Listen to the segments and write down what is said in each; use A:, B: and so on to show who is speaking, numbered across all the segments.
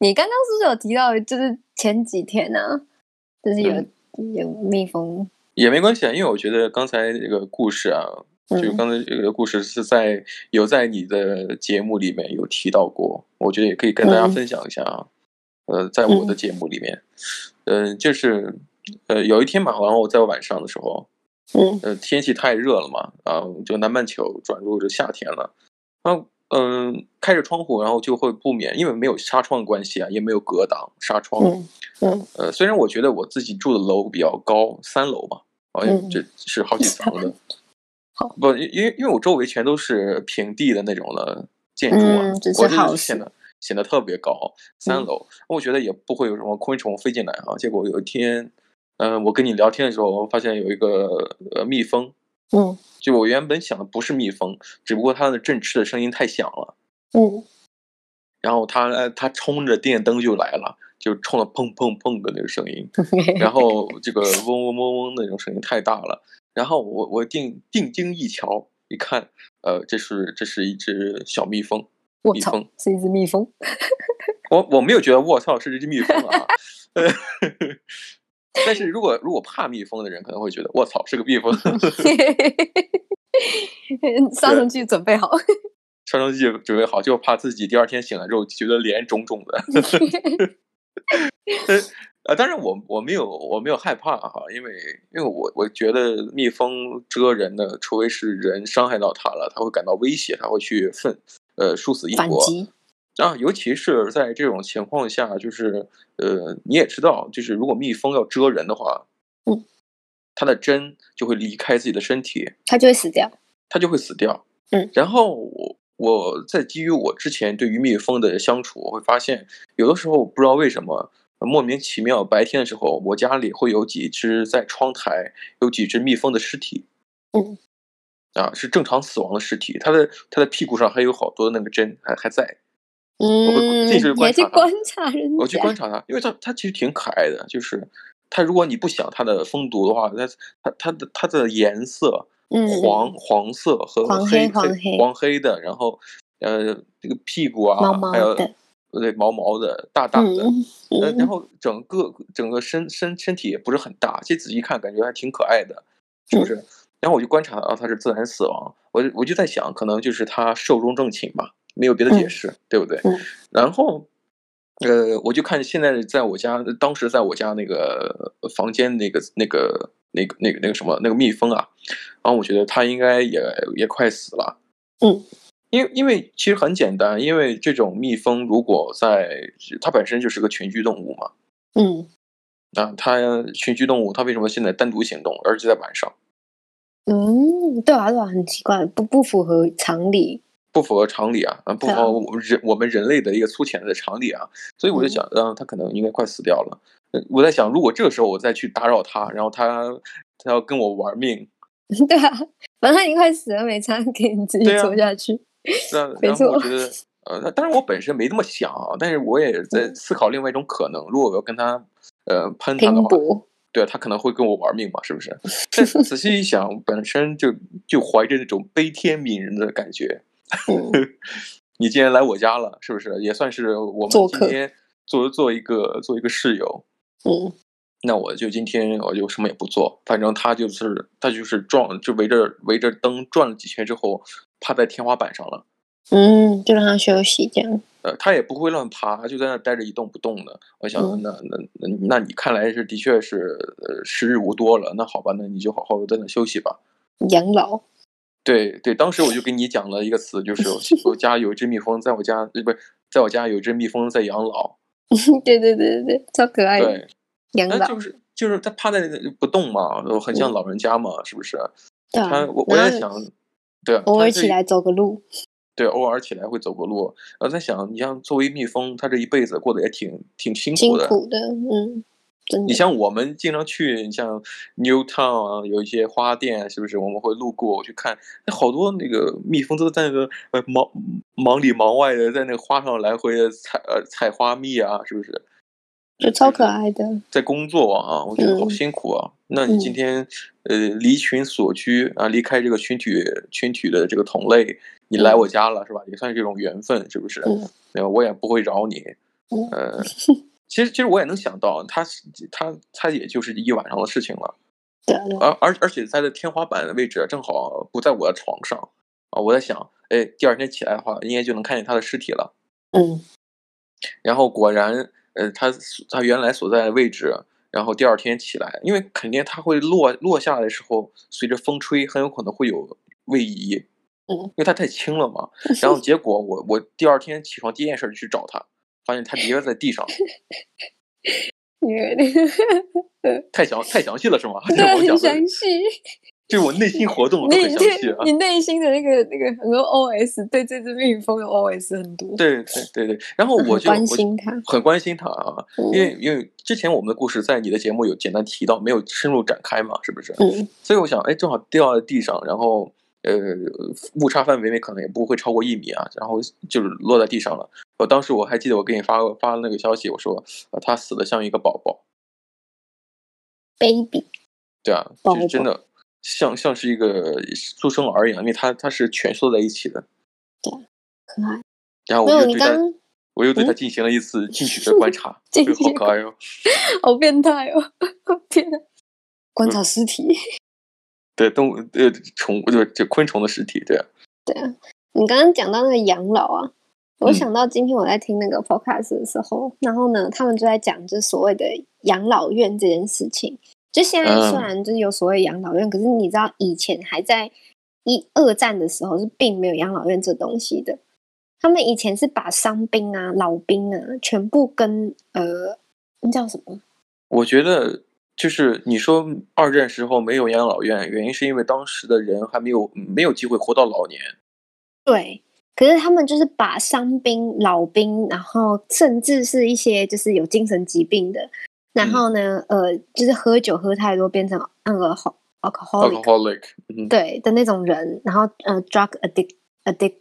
A: 你刚刚是不是有提到，就是前几天呢、啊，就是有、
B: 嗯
A: 有蜜蜂，
B: 也没关系啊，因为我觉得刚才这个故事啊，就
A: 嗯
B: 刚才这个故事是在有在你的节目里面有提到过，我觉得也可以跟大家
A: 嗯
B: 分享一下啊。呃，在我的节目里面，嗯、就是呃有一天嘛，然后我在晚上的时候，
A: 嗯
B: 呃天气太热了嘛，啊，就南半球转入这夏天了，然后嗯、开着窗户，然后就会不免因为没有纱窗的关系啊，也没有隔挡纱窗，
A: 嗯嗯
B: 呃，虽然我觉得我自己住的楼比较高，三楼嘛，好像
A: 嗯
B: 这是好几层 的
A: 好。
B: 不，因因为因为我周围全都是平地的那种的建筑啊，
A: 嗯只是
B: 我这
A: house
B: 显得显得特别高，三
A: 嗯
B: 楼，我觉得也不会有什么昆虫飞进来啊。结果有一天，嗯、我跟你聊天的时候，我发现有一个呃蜜蜂，
A: 嗯
B: 就我原本想的不是蜜蜂，只不过它的振翅的声音太响了，
A: 嗯，
B: 然后它呃它冲着电灯就来了，就冲了砰砰砰的那个声音。 然后这个嗡嗡嗡嗡的那种声音太大了。然后我我定定睛一瞧，一看，呃，这是这是一只小蜜蜂。
A: 我
B: 蜜
A: 操
B: 蜂，
A: 是一只蜜 蜂，
B: 我我没有觉得我操是这只蜜蜂啊， 呃但是如果如果怕蜜蜂的人可能会觉得我操是个蜜蜂，啊
A: 杀虫剂准备好，
B: 杀虫剂准备好，就怕自己第二天醒来之后觉得脸肿肿的。 呃，当然我我没有我没有害怕哈，因为因为我我觉得蜜蜂蜇人呢，除非是人伤害到它了，它会感到威胁，它会去奋呃殊死一
A: 反
B: 搏
A: 击，
B: 啊。尤其是在这种情况下，就是呃你也知道，就是如果蜜蜂要蜇人的话，
A: 嗯，
B: 它的针就会离开自己的身体，
A: 它就会死掉。
B: 它就会死掉。
A: 嗯，
B: 然后我我在基于我之前对于蜜蜂的相处，我会发现有的时候不知道为什么呃莫名其妙，白天的时候我家里会有几只在窗台有几只蜜蜂的尸体。
A: 嗯，
B: 啊，是正常死亡的尸体，它的它的屁股上还有好多那个针还还在。
A: 嗯，
B: 会近视
A: 你还
B: 观
A: 去
B: 察它
A: 观察人家，
B: 我去观察它，因为它它其实挺可爱的，就是它如果你不想它的蜂毒的话，它它它的它的颜色
A: 嗯，
B: 黄黄色和
A: 黄黑
B: 黑
A: 黄黑
B: 黑黄黑的，然后呃这个屁股啊，
A: 毛毛
B: 还有
A: 的
B: 对毛毛的大大的，
A: 嗯
B: 呃然
A: 嗯
B: 后整个整个身身身体也不是很大，其实仔细看感觉还挺可爱的，是不
A: 嗯
B: 是？然后我就观察到它是自然死亡，我就我就在想，可能就是它寿终正寝吧，没有别的解
A: 嗯
B: 释，对不对？
A: 嗯
B: 然后。呃，我就看现在在我家，当时在我家那个房间那个那个那个那个那个什么那个蜜蜂啊，然后我觉得它应该也也快死了。
A: 嗯，
B: 因为因为其实很简单，因为这种蜜蜂如果在它本身就是个群居动物嘛，
A: 嗯
B: 啊，它群居动物它为什么现在单独行动，而且在晚上
A: 嗯，对啊对啊，很奇怪，不不符合常理，
B: 不符合常理啊，啊不符
A: 对啊
B: 合我们人我们人类的一个粗浅的常理啊，所以我就
A: 嗯
B: 想，嗯，它可能应该快死掉了。呃我在想，如果这个时候我再去打扰它，然后它它要跟我玩命，
A: 对啊，反正他已经快死了，没差，给你自己
B: 对啊
A: 做下去。
B: 那
A: 没
B: 然后我
A: 错
B: 觉得，呃，那当然我本身没这么想啊，但是我也在
A: 嗯
B: 思考另外一种可能，如果我要跟它呃喷它
A: 拼
B: 的话，
A: 搏，
B: 对，啊他可能会跟我玩命嘛，是不 是？但是仔细一想，本身就就怀着那种悲天悯人的感觉。
A: 嗯
B: 你既然来我家了，是不是也算是我
A: 做
B: 们今
A: 客
B: 天做做一个做一个室友？
A: 嗯
B: 那我就今天我就什么也不做，反正他就是他就是转，就围着围着灯转了几圈之后，趴在天花板上了。
A: 嗯，就让他休息这样。
B: 呃，他也不会乱爬，就在那儿待着一动不动的。我想，
A: 嗯
B: 那那那那你看来是的确是呃时日无多了。那好吧，那你就好好地在那休息吧。
A: 养老，
B: 对对，当时我就跟你讲了一个词，就是我我家有一只蜜蜂，在我家呃不是在我家有一只蜜蜂在养老，
A: 对对对对对，超可爱的
B: 对，
A: 养
B: 那
A: 老
B: 就，是就是它趴在那里不动嘛，呃很像
A: 嗯
B: 老人家嘛，是不是？
A: 对啊
B: 它我我
A: 然
B: 在
A: 后
B: 想，对啊，
A: 偶
B: 它
A: 尔
B: 这
A: 起
B: 一
A: 来走个路，
B: 对，偶尔起来会走个路。我在想，你像作为蜜蜂，它这一辈子过得也挺挺辛
A: 辛
B: 苦的。
A: 苦的，嗯，真
B: 你
A: 的，
B: 像我们经常去，你像 New Town 啊，有一些花店，是不是？我们会路过去看，那好多那个蜜蜂都在那个呃忙忙里忙外的，在那个花上来回的采呃采花蜜啊，是不是？
A: 就超可爱的。
B: 在工作啊，我觉
A: 嗯
B: 得好辛苦啊。那你今天呃离群所居啊，离开这个群体群体的这个同类，你来我家了是吧？也算是一种缘分，是不是？
A: 嗯
B: 呃，我也不会饶你。
A: 嗯
B: 呃，其实其实我也能想到，他是他他也就是一晚上的事情了。
A: 对啊对啊
B: 而而而且他的天花板的位置正好不在我的床上啊，我在想，哎，第二天起来的话，应该就能看见他的尸体了。
A: 嗯
B: 然后果然，呃，他他原来所在的位置，然后第二天起来，因为肯定它会落落下来的时候，随着风吹，很有可能会有位移，
A: 嗯
B: 因为它太轻了嘛。然后结果我我第二天起床第一件事去找他，发现他跌在 地上，
A: 女人，
B: 太详太详细了是吗？ 这
A: 对，
B: 我讲
A: 很
B: 的
A: 详，细。
B: 这 我内心活动都
A: 你
B: 很详细
A: 对
B: 啊。
A: 你内心的那个那个很多 OS 对这只蜜蜂的 OS 很多，
B: 对对对对，然后我
A: 嗯很
B: 就
A: 关
B: 我
A: 心它。
B: 很关心他啊，
A: 嗯
B: 因为因为之前我们的故事在你的节目有简单提到，没有深入展开嘛，是不是？
A: 嗯
B: 所以我想，哎，正好掉在地上，然后呃，误差范围可能也不会超过一米啊，然后就是落在地上了。我当时我还记得我给你发过发那个消息，我说、呃、他死的像一个宝宝，
A: ，baby，
B: 对啊，
A: 宝
B: 就是真的像像是一个出生儿一样，因为他他是蜷缩在一起的。
A: 可爱。
B: 然后
A: 没
B: 哦我
A: 有，
B: 又
A: 你
B: 对他，
A: 刚
B: 我又对他
A: 嗯
B: 进行了一次近距离的观 察，
A: 近
B: 对，好
A: 距
B: 可爱哦。
A: 好变态哦！ 天哪，
B: 嗯
A: 观察尸体。
B: 对动物呃宠物就是就昆虫的尸体，对啊，
A: 你刚刚讲到那个养老啊，我
B: 嗯
A: 想到今天我在听那个 podcast 的时候，然后呢，他们就在讲就是所谓的养老院这件事情。就现在
B: 嗯
A: 虽然就是有所谓养老院，可是你知道以前还在一二战的时候是并没有养老院这东西的。他们以前是把伤兵啊、老兵啊，全部跟呃，那叫什么？
B: 我觉得就是你说二战时候没有养老院，原因是因为当时的人还没有没有机会活到老年。
A: 对，可是他们就是把伤兵、老兵，然后甚至是一些就是有精神疾病的，然后呢，呃，就是喝酒喝太多变成那个 alcoholic，
B: Alcoholic，嗯
A: 对的那种人，然后呃，drug addict addictor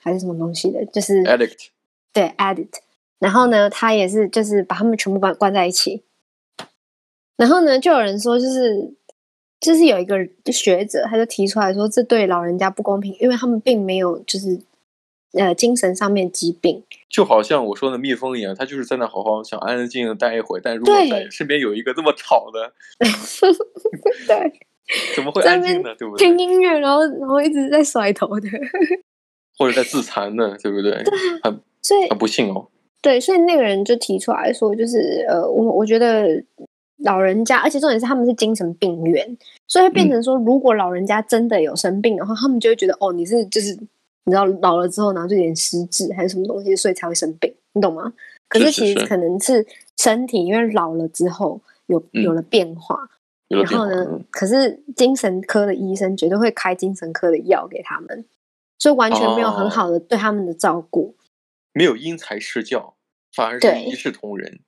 A: 还是什么东西的，就是
B: ，addict，
A: 对 addict，然后呢，他也是就是把他们全部关关在一起，然后呢，就有人说就是。就是有一个学者，他就提出来说，这对老人家不公平，因为他们并没有就是呃精神上面疾病，
B: 就好像我说的蜜蜂一样，它就是在那好好想安安静静地待一会儿，但如果
A: 对
B: 在身边有一个这么吵的，
A: 对，
B: 怎么会
A: 在
B: 安
A: 那
B: 静
A: 边
B: 呢？对不对
A: 听？音乐，然后然后一直在甩头的，
B: 或者在自残呢？对不对？很
A: 所以
B: 很不幸哦。
A: 对，所以那个人就提出来说，就是呃，我我觉得老人家，而且重点是他们是精神病院，所以会
B: 嗯
A: 变成说，如果老人家真的有生病的话，他们就会觉得哦，你是就是你知道老了之后，然后就有点失智还是什么东西，所以才会生病，你懂吗？可
B: 是
A: 是
B: 是
A: 其实
B: 是
A: 可能是身体因为老了之后有有
B: 嗯
A: 了变化，
B: 有了
A: 然
B: 变
A: 后
B: 化，
A: 呢
B: 嗯，
A: 可是精神科的医生绝对会开精神科的药给他们，所以完全没有很
B: 哦
A: 好的对他们的照顾。
B: 没有因材施教，反而是
A: 对
B: 一视同仁。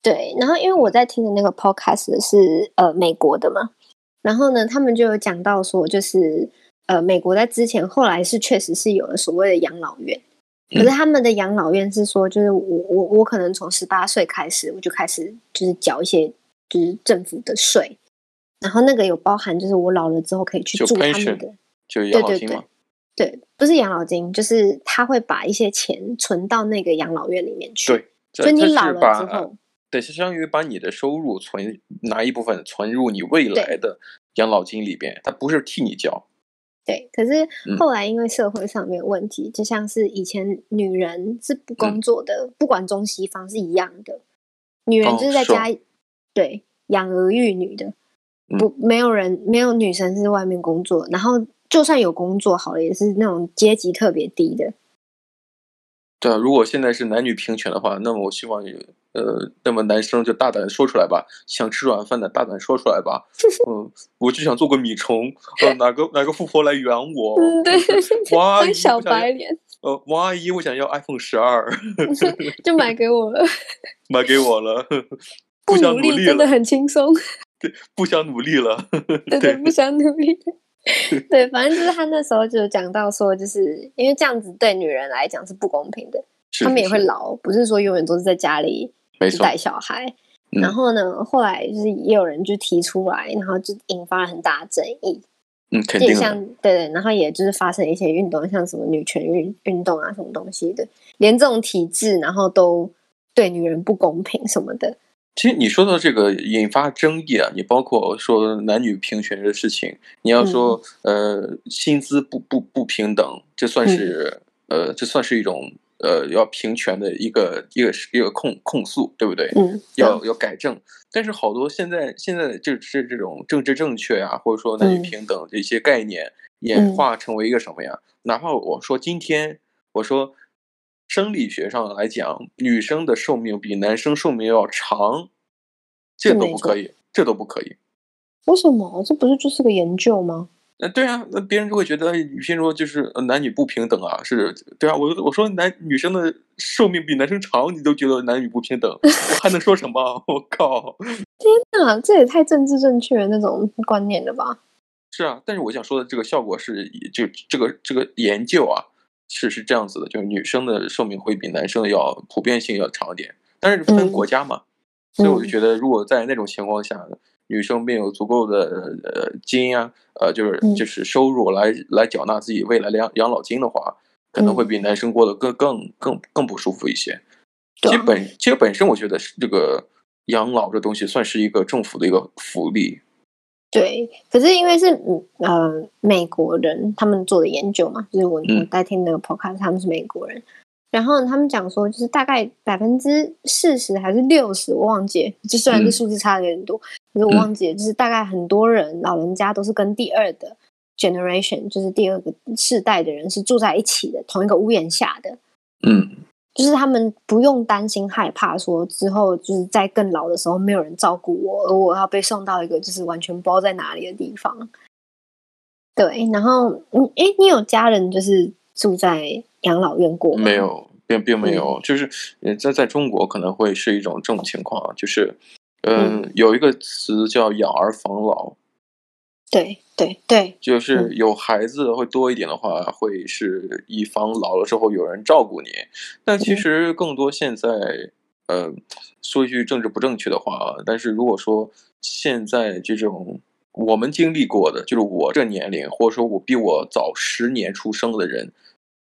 A: 对，然后因为我在听的那个 podcast 是呃美国的嘛，然后呢，他们就有讲到说，就是呃美国在之前后来是确实是有了所谓的养老院，可
B: 嗯
A: 是他们的养老院是说，就是我我我可能从十八岁开始我就开始就是缴一些就是政府的税，然后那个有包含就是我老了之后可以去
B: 就
A: 住他
B: pension
A: 们的，
B: 就是
A: 对
B: 养老
A: 对
B: 金
A: 对
B: 嘛，
A: 对，不是养老金，就是他会把一些钱存到那个养老院里面去，
B: 对，
A: 所以你
B: 这这是
A: 老了之
B: 把呃
A: 后，
B: 对，是相当于把你的收入存拿一部分存入你未来的养老金里边，它不是替你交。
A: 对，可是
B: 嗯
A: 后来因为社会上面有问题，就像是以前女人是不工作的，不管中西方是一样的，女人
B: 哦
A: 就是在
B: 是哦
A: 家、对养儿育女的，
B: 嗯
A: 不没有人没有女生是在外面工作，然后就算有工作好了，也是那种阶级特别低的，
B: 对啊，如果现在是男女平权的话，那么我希望有呃，那么男生就大胆地说出来吧，想吃软饭的大胆说出 来吧。嗯，我就想做个米虫，呃，哪个哪个富婆来圆我？
A: 嗯，对，
B: 王 阿姨
A: 当小
B: 我想
A: 白
B: 要，
A: 脸
B: 呃，王阿姨，我想要 iPhone 十二，
A: 就买给我了，
B: 买给我了，
A: 不
B: 想
A: 努
B: 努
A: 力
B: 力
A: 真的
B: 了，
A: 很轻松。
B: 不想努力了。
A: 对对，不想努力。对，反正就是他那时候就有讲到说，就是因为这样子对女人来讲是不公平的，
B: 是
A: 她们
B: 是
A: 也会
B: 是
A: 老，不是说永远都是在家里
B: 没
A: 就
B: 错，
A: 带小孩。
B: 嗯
A: 然后呢，后来就是也有人就提出来，然后就引发了很大的争议。
B: 嗯，肯
A: 也
B: 定的，
A: 像对对，然后也就是发生一些运动，像什么女权运运动啊，什么东西的，连这种体制，然后都对女人不公平什么的。
B: 其实你说到这个引发争议啊，你包括说男女平权的事情，你要说、呃薪资不不不平等，这算是、呃这算是一种呃要平权的一个一个一个控控诉，对不对？
A: 嗯，
B: 要要改正。但是好多现在现在的这这这种政治正确啊，或者说男女
A: 嗯
B: 平等这些概念，演化成为一个什么呀？哪怕我说今天我说生理学上来讲，女生的寿命比男生寿命要长，这
A: 这
B: 都
A: 没
B: 不
A: 错
B: 可以，这都不可以。
A: 为什么？这不是就是个研究吗？
B: 呃，对啊，那别人就会觉得，有些人说就是呃男女不平等啊，是对啊。我我说男女生的寿命比男生长，你都觉得男女不平等，我还能说什么？ 我靠！
A: 那啊这也太政治正确的那种观念了吧？
B: 是啊，但是我想说的这个效果是以，就这个这个研究啊，是是这样子的，就是女生的寿命会比男生要普遍性要长一点，但是分
A: 嗯
B: 国家嘛，所以我就
A: 嗯
B: 觉得，如果在那种情况下，女生没有足够的呃基因啊，呃，就是
A: 嗯
B: 就是收入来来缴纳自己未来的养养老金的话，可能会
A: 嗯
B: 比男生过得更更更更不舒服一些。
A: 对
B: 其
A: 啊
B: 实本其实本身我觉得是这个养老这东西算是一个政府的一个福利，
A: 对，可是因为是嗯呃美国人他们做的研究嘛，就是我
B: 嗯
A: 我在听那个 podcast，他们是美国人，然后他们讲说就是大概百分之四十还是六十，我忘记了，就虽然
B: 嗯
A: 这数字差的有点多，可是我忘记了，就是大概很多人老人家都是跟第二的 generation，就是第二个世代的人是住在一起的，同一个屋檐下的，
B: 嗯。
A: 就是他们不用担心害怕说之后就是在更老的时候没有人照顾我，而我要被送到一个就是完全不知道在哪里的地方。对，然后你哎，诶你有家人就是住在养老院过吗？
B: 没，有，并并没有，就是呃，在在中国可能会是一种这种情况，啊就是，嗯，有一个词叫“养儿防老
A: 对对对”，，
B: 就是
A: 嗯
B: 有孩子会多一点的话，会是以防老了之后有人照顾你。但其
A: 嗯
B: 实更多现在，呃，说一句政治不正确的话啊，但是如果说现在这种我们经历过的，就是我这年龄，或者说我比我早十年出生的人，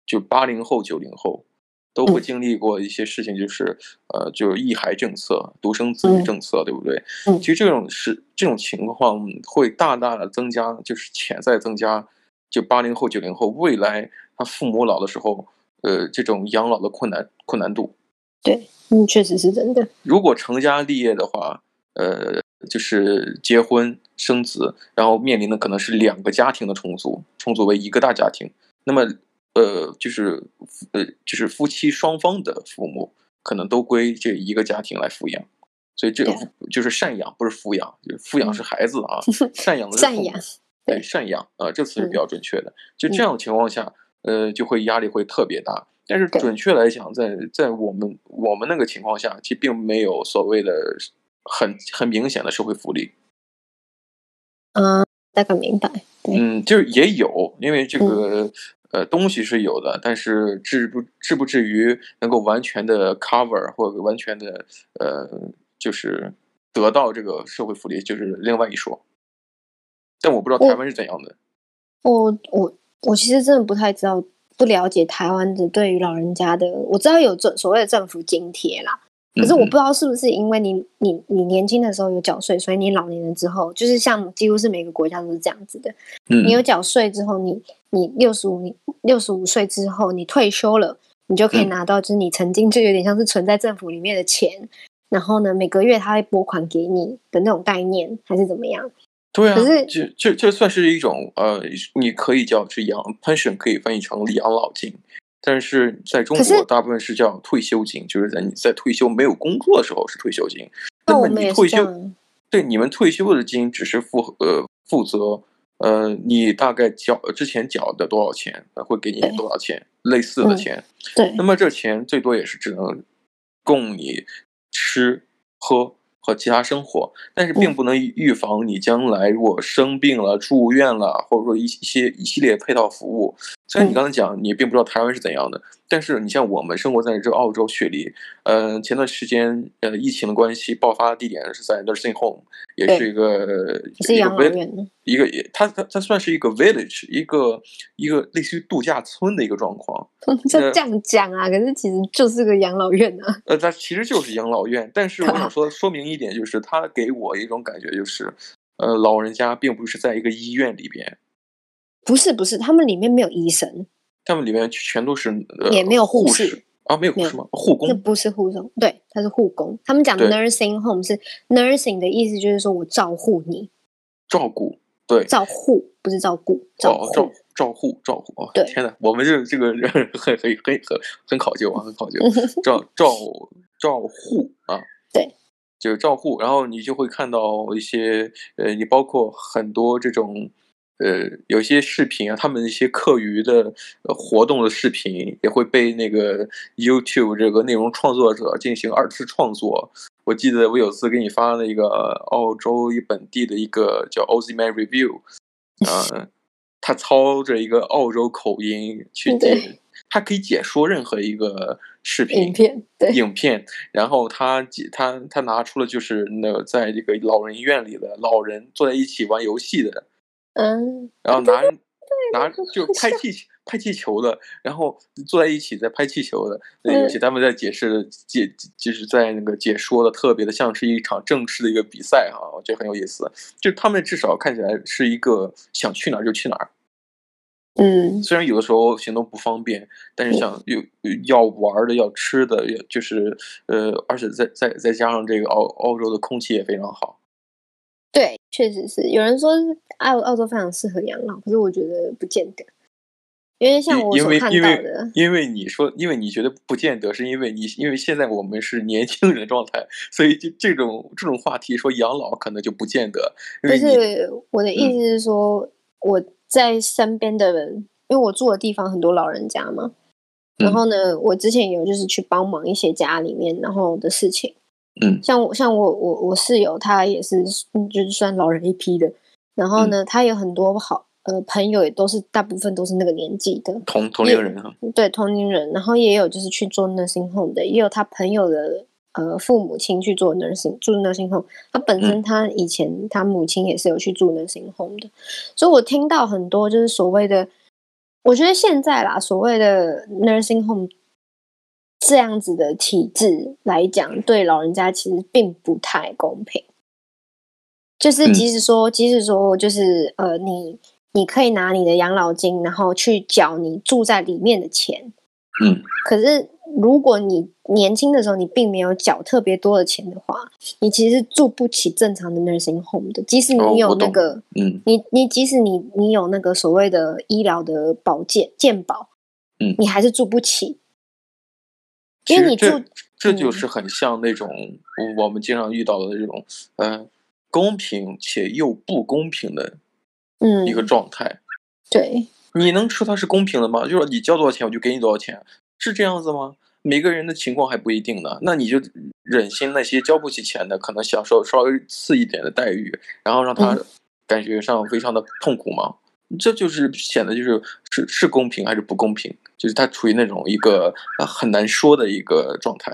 B: 就八零后、九零后，都会
A: 嗯
B: 经历过一些事情，就是、呃，就是一孩政策、独生子女
A: 嗯
B: 政策，对不对？
A: 嗯
B: 其实这种是这种情况会大大的增加，就是潜在增加，就八零后、九零后未来他父母老的时候，呃，这种养老的困难困难度。
A: 对，嗯，确实是真的，
B: 如果成家立业的话，呃，就是结婚生子，然后面临的可能是两个家庭的重组，重组为一个大家庭。那么，呃，就是呃，就是夫妻双方的父母可能都归这一个家庭来抚养，所以这个
A: 对嗯
B: 就是赡养，不是抚养，就是抚养是孩子 啊，赡养的是
A: 赡
B: 父母
A: 养
B: 对
A: 对
B: 赡养啊、呃这词是比
A: 嗯
B: 较准确的。就这
A: 嗯
B: 样的情况下，呃，就会压力会特别大。但是
A: 对
B: 准确来讲，在在我们我们那个情况下，其实并没有所谓的很很明显的社会福利。
A: 嗯，大概明白，对，
B: 嗯，就是也有，因为
A: 嗯
B: 这个、呃东西是有的，但是至不至不至于能够完全的 cover 或者完全的呃就是得到这个社会福利，就是另外一说。但我不知道台
A: 我
B: 湾是怎样的。
A: 我我我其实真的不太知道，不了解台湾的对于老人家的，我知道有政所谓的政府津贴啦，可是我
B: 嗯
A: 不知道是不是因为你你你年轻的时候有缴税，所以你老年了之后，就是像几乎是每个国家都是这样子的，
B: 嗯
A: 你有缴税之后，你你六十五六十五岁之后，你退休了，你就可以
B: 嗯
A: 拿到，就是你曾经就有点像是存在政府里面的钱，然后呢，每个月他会拨款给你的那种概念，还是怎么样？
B: 对啊，
A: 可是
B: 这这这算是一种呃，你可以叫是养 pension，可以翻译成养老金，但是在中
A: 可是
B: 国大部分是叫退休金，就是在你在退休没有工作的时候是退休金。
A: 那
B: 那
A: 我
B: 么
A: 们
B: 你
A: 也
B: 退
A: 是这
B: 休，
A: 样，
B: 对你们退休的金只是负呃负责呃你大概缴之前缴的多少钱，呃会给你
A: 对
B: 多少钱类似的
A: 嗯
B: 钱，
A: 对
B: 那么这钱最多也是只能供你吃喝和其他生活，但是并
A: 嗯
B: 不能预防你将来如果生病了、住院了，或者说一一些一系列配套服务，
A: 嗯
B: 虽然你刚才讲你并不知道台湾是怎样的，但是你像我们生活在这澳洲雪梨，呃，前段时间呃疫情的关系，爆发地点是在 nursing home，也是一个
A: 也是
B: 一个
A: 养老
B: vil-
A: 院。
B: 一个也它它它算是一个 village，一个一个类似于度假村的一个状况。
A: 就 这样讲啊，可是其实就是个养老院啊。
B: 呃，它其实就是养老院，但是我 想说说明一点，就是它给我一种感觉就是，呃，老人家并不是在一个医院里边，
A: 不是不是，他们里面没有医生，
B: 他们里面全都是、呃、
A: 也没有护
B: 护
A: 士
B: 啊，没有护
A: 没
B: 士吗？护
A: 那
B: 工
A: 不是护工，对，他是护工。他们讲
B: 对
A: nursing home 是 nursing 的意思，就是说我照护你，
B: 照顾，对，
A: 照护不是照顾，照
B: 哦，照
A: 护。
B: 照护照护哦
A: 对，
B: 天呐，我们这这个人很很很很很考究啊，很考究，照照照护啊，
A: 对，
B: 就是照护，然后你就会看到一些呃，你包括很多这种。呃，有一些视频啊，他们一些课余的、呃活动的视频也会被那个 YouTube 这个内容创作者进行二次创作。我记得我有次给你发了一个呃澳洲一本地的一个叫 Aussie Man Review，呃， 他操着一个澳洲口音去解
A: 对，
B: 他可以解说任何一个视频
A: 影片对
B: 影片，然后他解他他拿出了就是那在这个老人院里的老人坐在一起玩游戏的，
A: 嗯，
B: 然后拿拿
A: 那个
B: 就
A: 很
B: 拍气球拍气球的，然后坐在一起在拍气球的那
A: 嗯
B: 游戏，他们在解释解就是在那个解说的特别的像是一场正式的一个比赛哈、我觉得很有意思。就他们至少看起来是一个想去哪儿就去哪儿，
A: 嗯，
B: 虽然有的时候行动不方便，但
A: 嗯
B: 是想有呃要玩儿的、要吃的，也就是呃，而且再再再加上这个澳澳洲的空气也非常好。
A: 对，确实是。有人说澳澳洲非常适合养老，可是我觉得不见得，因为像
B: 因
A: 我
B: 因
A: 所
B: 为
A: 看
B: 因
A: 到
B: 为
A: 的，
B: 因为你说，因为你觉得不见得，是因为你因为现在我们是年轻人的状态，所以就这种这种话题说养老可能就不见得，因
A: 不
B: 为你嗯
A: 是我的意思是说，我在身边的人，因为我住的地方很多老人家嘛，然
B: 嗯
A: 后呢，我之前有就是去帮忙一些家里面然后的事情，
B: 嗯
A: 像我像我我我室友他也是嗯就是算老人一批的，然后呢，他有很多好呃朋友也都是大部分都是那个年纪的，
B: 同同
A: 也
B: 龄人啊，
A: 对同龄人，然后也有就是去做 nursing home 的，也有他朋友的呃父母亲去做 nursing 住 nursing home。他本身他以前他母亲也是有去住 nursing home 的，所以我听到很多就是所谓的，我觉得现在啦，所谓的 nursing home 这样子的体制来讲，对老人家其实并不太公平。就是
B: 嗯
A: 即使说，即使说就是呃你。你可以拿你的养老金，然后去缴你住在里面的钱，
B: 嗯，
A: 可是如果你年轻的时候你并没有缴特别多的钱的话，你其实住不起正常的 nursing home 的。即使
B: 哦
A: 你有
B: 我
A: 那
B: 懂
A: 个，
B: 嗯
A: 你你即使你你有那个所谓的医疗的保健健保，
B: 嗯
A: 你还是住不起，因
B: 其
A: 为
B: 实
A: 你
B: 这
A: 住
B: 这就
A: 嗯
B: 是很像那种我我们经常遇到的这种，呃，公平且又不公平的
A: 嗯
B: 一个状态。
A: 对
B: 你能说它是公平的吗？就是你交多少钱，我就给你多少钱，是这样子吗？每个人的情况还不一定呢，那你就忍心那些交不起钱的，可能享受稍微次一点的待遇，然后让他
A: 嗯
B: 感觉上非常的痛苦吗？这就是显得就是是是公平还是不公平，就是他处于那种一个啊很难说的一个状态。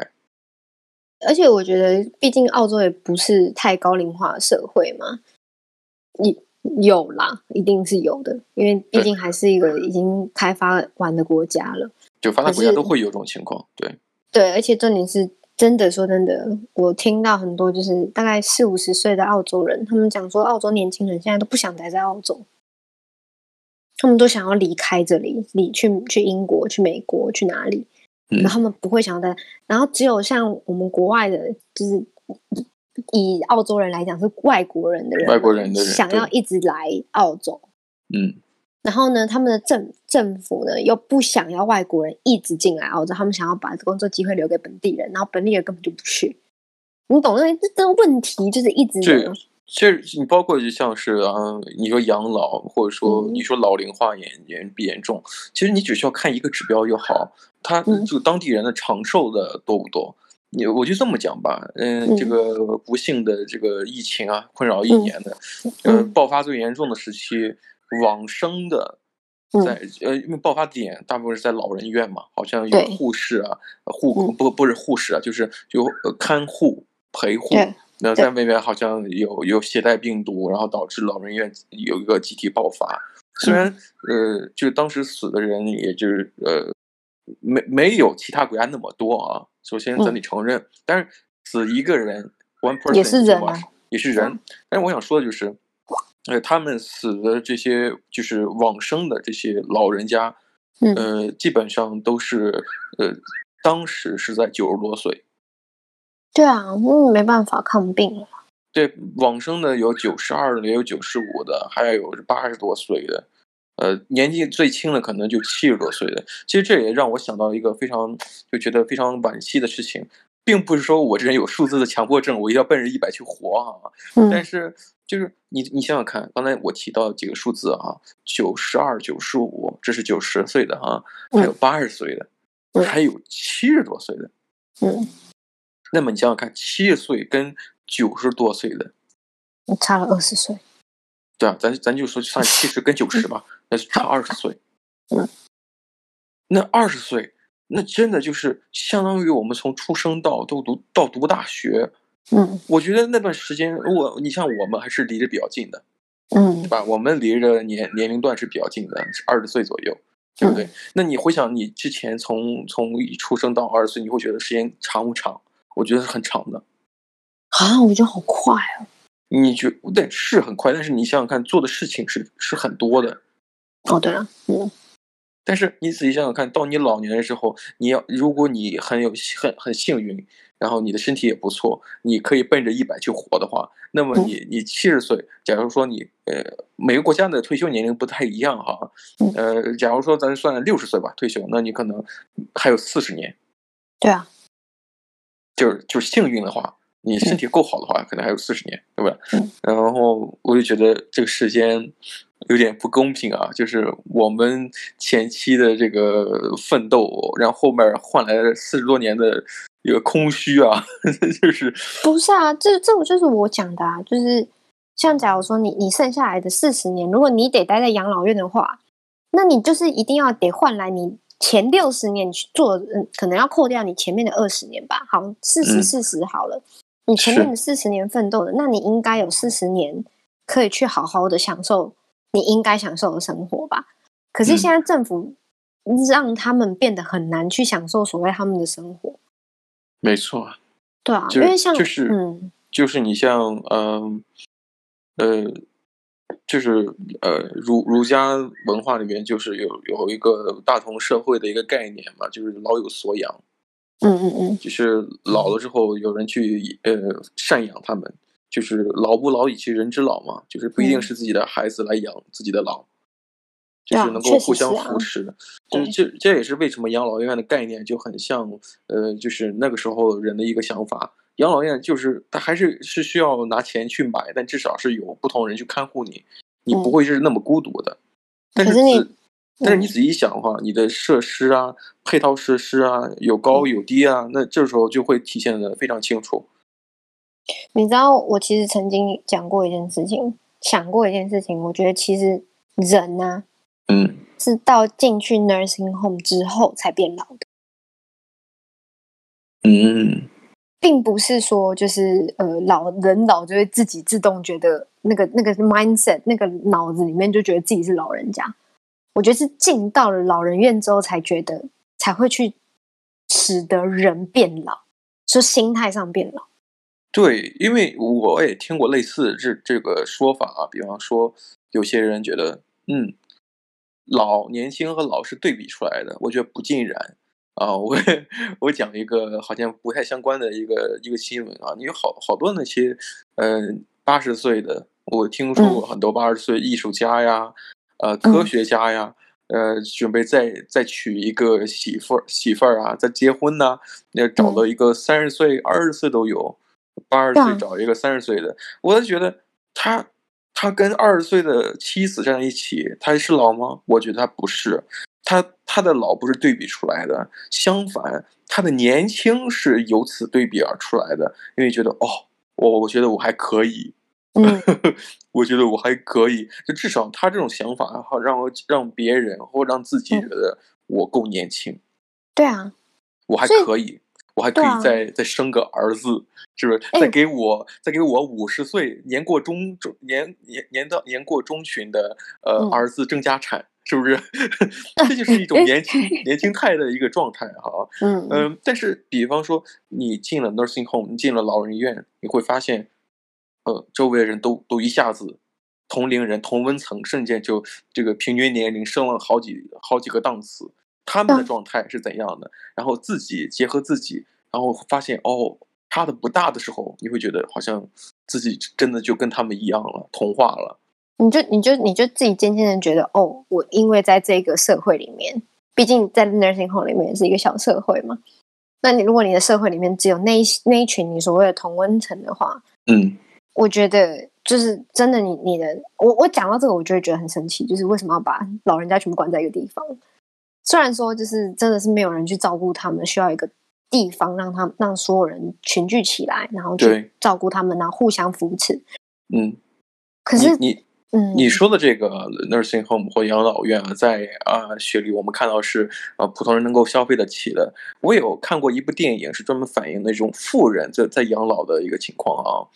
A: 而且我觉得，毕竟澳洲也不是太高龄化的社会嘛，你有啦，一定是有的，因为毕
B: 对
A: 竟还是一个已经开发完的国家了。
B: 就发达
A: 可
B: 国家
A: 是
B: 都会有这种情况，对，
A: 对，而且重点是真的，说真的，我听到很多就是大概四五十岁的澳洲人，他们讲说，澳洲年轻人现在都不想待在澳洲，他们都想要离开这里，离去去英国、去美国、去哪里，
B: 嗯
A: 然后他们不会想要待。然后只有像我们国外的，就是以澳洲人来讲是外国人的人，
B: 外国人的人
A: 想要
B: 对
A: 一直来澳洲，
B: 嗯，
A: 然后呢，他们的政政府呢又不想要外国人一直进来澳洲，他们想要把工作机会留给本地人，然后本地人根本就不去。你懂那这这个问题就是一直
B: 这
A: 有
B: 其实你包括就像是啊，你说养老，或者说
A: 嗯
B: 你说老龄化严严不严重，其实你只需要看一个指标就好，它
A: 嗯
B: 就当地人的长寿的多不多。你我就这么讲吧，嗯，这
A: 嗯
B: 个不幸的这个疫情啊，困扰一
A: 嗯
B: 年的，呃，
A: 嗯
B: 爆发最严重的时期，往生的
A: 嗯
B: 在呃，因为爆发点大部分是在老人院嘛，好像有
A: 对
B: 护士啊，呃护
A: 嗯
B: 不不是护士啊，就是有呃看护陪护。
A: 对
B: 那
A: 对
B: 在那边好像有有携带病毒，然后导致老人院有一个集体爆发。虽然、
A: 嗯
B: 呃，就当时死的人也就是呃，没没有其他国家那么多啊。首先咱得承认，但是死一个人，one person
A: 嗯也是
B: is
A: 人
B: too
A: 啊
B: much，也是人。但是我想说的就是，呃，他们死的这些就是往生的这些老人家，
A: 嗯
B: 呃，基本上都是呃，当时是在九十多岁，
A: 对啊，嗯，没办法抗病了。
B: 对，往生的有九十二的，也有九十五的，还有八十多岁的，呃，年纪最轻的可能就七十多岁的。其实这也让我想到一个非常就觉得非常惋惜的事情，并不是说我这人有数字的强迫症，我一定要奔着一百去活啊。但
A: 嗯
B: 是就是你你想想看，刚才我提到几个数字啊，九十二、九十五，这是九十岁的啊，还有八十岁的，
A: 嗯
B: 还有七十多岁的。
A: 嗯，
B: 那么你想想看，七十岁跟九十多岁的。
A: 差了二十岁。
B: 对啊，咱咱就说算七十跟九十吧，那是差二十岁。
A: 嗯，
B: 那二十岁，那真的就是相当于我们从出生到都读到读大学。
A: 嗯
B: 我觉得那段时间，我你像我们还是离得比较近的，对
A: 嗯
B: 吧？我们离着年年龄段是比较近的，是二十岁左右，对不对？
A: 嗯
B: 那你回想你之前从从一出生到二十岁，你会觉得时间长不长？我觉得是很长的。
A: 啊，我觉得好快哦。
B: 你觉对是很快，但是你想想看，做的事情是是很多的。
A: 哦，对了，嗯
B: 但是你仔细想想看，到你老年的时候，你要如果你很有很很幸运，然后你的身体也不错，你可以奔着一百去活的话，那么
A: 嗯
B: 你你七十岁，假如说你呃每个国家的退休年龄不太一样哈
A: 嗯，
B: 呃，假如说咱算六十岁吧退休，那你可能还有四十年，
A: 对啊，
B: 就是就是幸运的话，你身体够好的话，可能还有四十年，对吧？
A: 嗯
B: 然后我就觉得这个时间有点不公平啊，就是我们前期的这个奋斗，然后后面换来了四十多年的一个空虚啊， 就是
A: 不是啊，这这我就是我讲的啊，就是像假如说你你剩下来的四十年，如果你得待在养老院的话，那你就是一定要得换来你前六十年你去做，嗯，可能要扣掉你前面的二十年吧。好，四
B: 嗯
A: 十四十好了，你前面的四十年奋斗的，那你应该有四十年可以去好好的享受你应该享受的生活吧。可是
B: 嗯
A: 现在政府让他们变得很难去享受所谓他们的生活，
B: 没错，
A: 对啊，
B: 就
A: 因为像
B: 就是
A: 嗯。
B: 就是你像嗯呃就是呃儒儒家文化里面就是有有一个大同社会的一个概念嘛，就是老有所养。
A: 嗯嗯嗯，
B: 就是老了之后有人去呃赡养他们，就是老不老以其人之老嘛，就是不一定
A: 嗯
B: 是自己的孩子来养自己的老，就
A: 对啊
B: 是能够
A: 确实
B: 互相
A: 是啊
B: 扶持。就
A: 对
B: 是这这也是为什么养老院的概念就很像呃，就是那个时候人的一个想法。养老院就是它还是是需要拿钱去买，但至少是有不同人去看护你，你不
A: 嗯
B: 会是那么孤独的。但
A: 可
B: 是
A: 是你
B: 仔但是你
A: 嗯
B: 仔细想的话，你的设施啊、配套设施啊，有高有低啊，那这时候就会体现的非常清楚。
A: 你知道我其实曾经讲过一件事情，想过一件事情，我觉得其实人呢、
B: 嗯，
A: 是到进去 nursing home 之后才变老的，
B: 嗯，
A: 并不是说就是呃老人老就会自己自动觉得那个那个 mindset 那个脑子里面就觉得自己是老人家，我觉得是进到了老人院之后才觉得才会去使得人变老，说心态上变老，
B: 对，因为我也听过类似这这个说法啊，比方说有些人觉得，嗯，老年轻和老是对比出来的，我觉得不尽然啊。我我讲一个好像不太相关的一个一个新闻啊，你有好好多那些嗯八十岁的，我听说过很多八十岁艺术家呀，呃，科
A: 嗯
B: 学家呀。呃，准备再再娶一个媳妇儿媳妇儿啊，再结婚呐、那找
A: 嗯
B: 到一个三十岁、二十岁都有，八十
A: 对
B: 岁
A: 啊
B: 找一个三十岁的，我就觉得他他跟二十岁的妻子站在一起，他是老吗？我觉得他不是，他他的老不是对比出来的，相反，他的年轻是由此对比而出来的，因为觉得哦，我我觉得我还可以，
A: 嗯
B: 我觉得我还可以，就至少他这种想法，好让我让别人或让自己觉得我够年轻，
A: 对啊，
B: 我还
A: 所以
B: 可以，我还可
A: 对啊
B: 以再、再生个儿子，是不是？
A: 哎
B: 再给我、再给我五十岁年过中中年年年到年过中旬的呃、
A: 嗯啊
B: 儿子争家产，是 不是？这就是一种年轻
A: 哎
B: 年轻态的一个状态哈、
A: 嗯
B: 嗯，但是比方说你进了 nursing home，你进了老人院，你会发现，呃，周围的人都都一下子同龄人同温层瞬间就这个平均年龄升了好几好几个档次，他们的
A: 嗯
B: 状态是怎样的？然后自己结合自己，然后发现哦，差的不大的时候，你会觉得好像自己真的就跟他们一样了，同化了。
A: 你就你就你就自己渐渐的觉得，哦，我因为在这个社会里面，毕竟在 nursing home 里面也是一个小社会嘛。那你如果你的社会里面只有那一那一群你所谓的同温层的话，
B: 嗯
A: 我觉得就是真的你，你的我我讲到这个，我就会觉得很生气，就是为什么要把老人家全部关在一个地方？虽然说就是真的是没有人去照顾他们，需要一个地方让他们让所有人群聚起来，然后去
B: 对
A: 照顾他们，然后互相扶持。
B: 嗯，
A: 可是，
B: 你你
A: 嗯，
B: 你说的这个 nursing home 或养老院啊，在啊、雪梨我们看到是呃普通人能够消费得起的。我有看过一部电影，是专门反映那种富人在在养老的一个情况啊。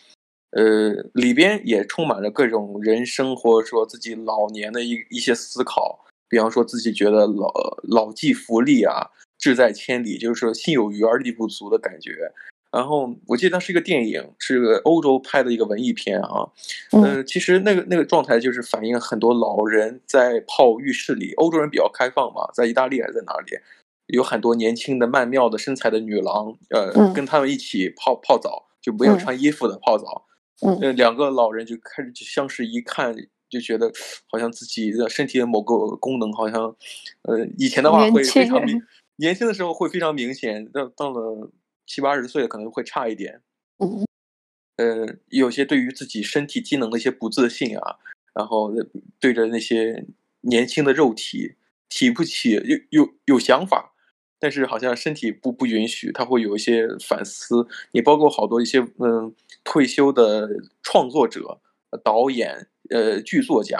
B: 呃，里边也充满了各种人生或者说自己老年的一一些思考，比方说自己觉得老老骥伏枥啊，志在千里，就是说心有余而力不足的感觉。然后我记得那是一个电影，是个欧洲拍的一个文艺片啊。
A: 嗯
B: 呃，其实那个那个状态就是反映很多老人在泡浴室里，欧洲人比较开放嘛，在意大利还是在哪里，有很多年轻的曼妙的身材的女郎，呃，
A: 嗯
B: 跟他们一起泡泡澡，就没有
A: 嗯
B: 穿衣服的泡澡。
A: 嗯
B: 呃，两个老人就开始就相视一看，就觉得好像自己的身体的某个功能好像，呃，以前的话
A: 年
B: 会非
A: 轻
B: 常
A: 人
B: 明，年轻的时候会非常明显，到到了七八十岁可能会差一点。
A: 嗯
B: 呃，有些对于自己身体机能的一些不自信啊，然后呃对着那些年轻的肉体提不起，有有有想法，但是好像身体不不允许，他会有一些反思。也包括好多一些嗯退休的创作者、呃导演、呃剧作家、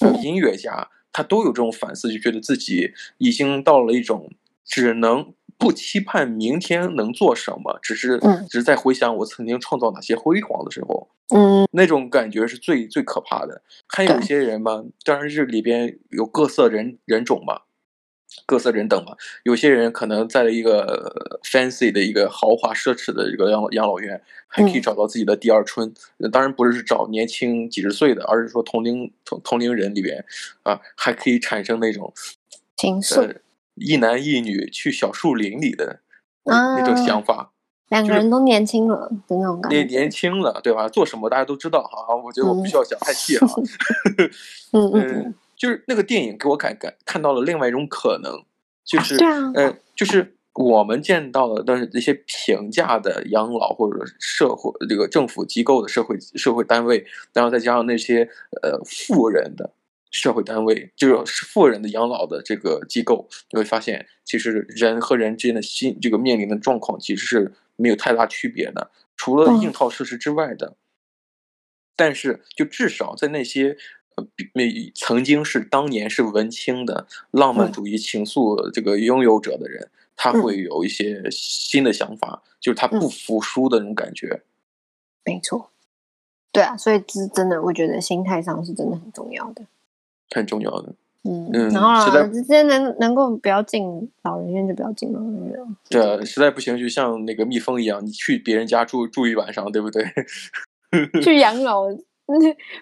B: 呃
A: 嗯
B: 音乐家，他都有这种反思，就觉得自己已经到了一种只能不期盼明天能做什么，只是
A: 嗯
B: 只是在回想我曾经创造哪些辉煌的时候，
A: 嗯
B: 那种感觉是最最可怕的。还有
A: 对
B: 一些人嘛，当然是里边有各色人人种嘛，各色人等嘛。有些人可能在一个呃 fancy 的一个豪华奢侈的这个养老养老院，还可以
A: 嗯
B: 找到自己的第二春。呃当然不是找年轻几十岁的，而是说同龄同同龄人里边啊，还可以产生那种
A: 情愫
B: 呃一男一女去小树林里的那那种
A: 啊
B: 想法。
A: 两个
B: 就是
A: 人都年轻了的那种感
B: 那
A: 觉。
B: 年轻了，对吧？做什么大家都知道哈。我觉得我不需要讲太细哈。
A: 嗯嗯
B: 嗯、
A: 嗯，
B: 就是那个电影给我感感看到了另外一种可能，就是、
A: 对啊
B: 呃，就是我们见到的，但是那些平价的养老或者社会这个政府机构的社会社会单位，然后再加上那些呃富人的社会单位，就是富人的养老的这个机构，你会发现，其实人和人之间的心这个面临的状况其实是没有太大区别的，除了
A: 嗯
B: 硬套设施之外的。但是，就至少在那些呃，比那曾经是当年是文青的浪漫
A: 嗯
B: 主义情愫这个拥有者的人，他
A: 嗯
B: 会有一些新的想法，就是他不
A: 嗯
B: 服输的那种感觉。
A: 没错。对啊，所以这真的，我觉得心态上是真的很重要的。
B: 很重要的，
A: 嗯，
B: 嗯
A: 然后
B: 实
A: 啊，
B: 在
A: 之间能能够不要进老人院就不要进老人院。
B: 对啊，实在不行就像那个蜜蜂一样，你去别人家住住一晚上，对不对？
A: 去养老，嗯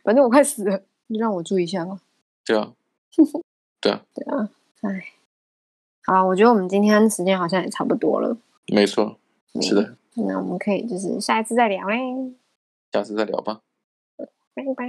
A: 反正我快死了，你让我住一下吧。
B: 对啊，
A: 对啊，哎，好啊，我觉得我们今天时间好像也差不多了。
B: 没错，
A: 嗯
B: 是，的，
A: 那我们可以就是下一次再聊嘞，
B: 下次再聊吧。
A: 拜拜。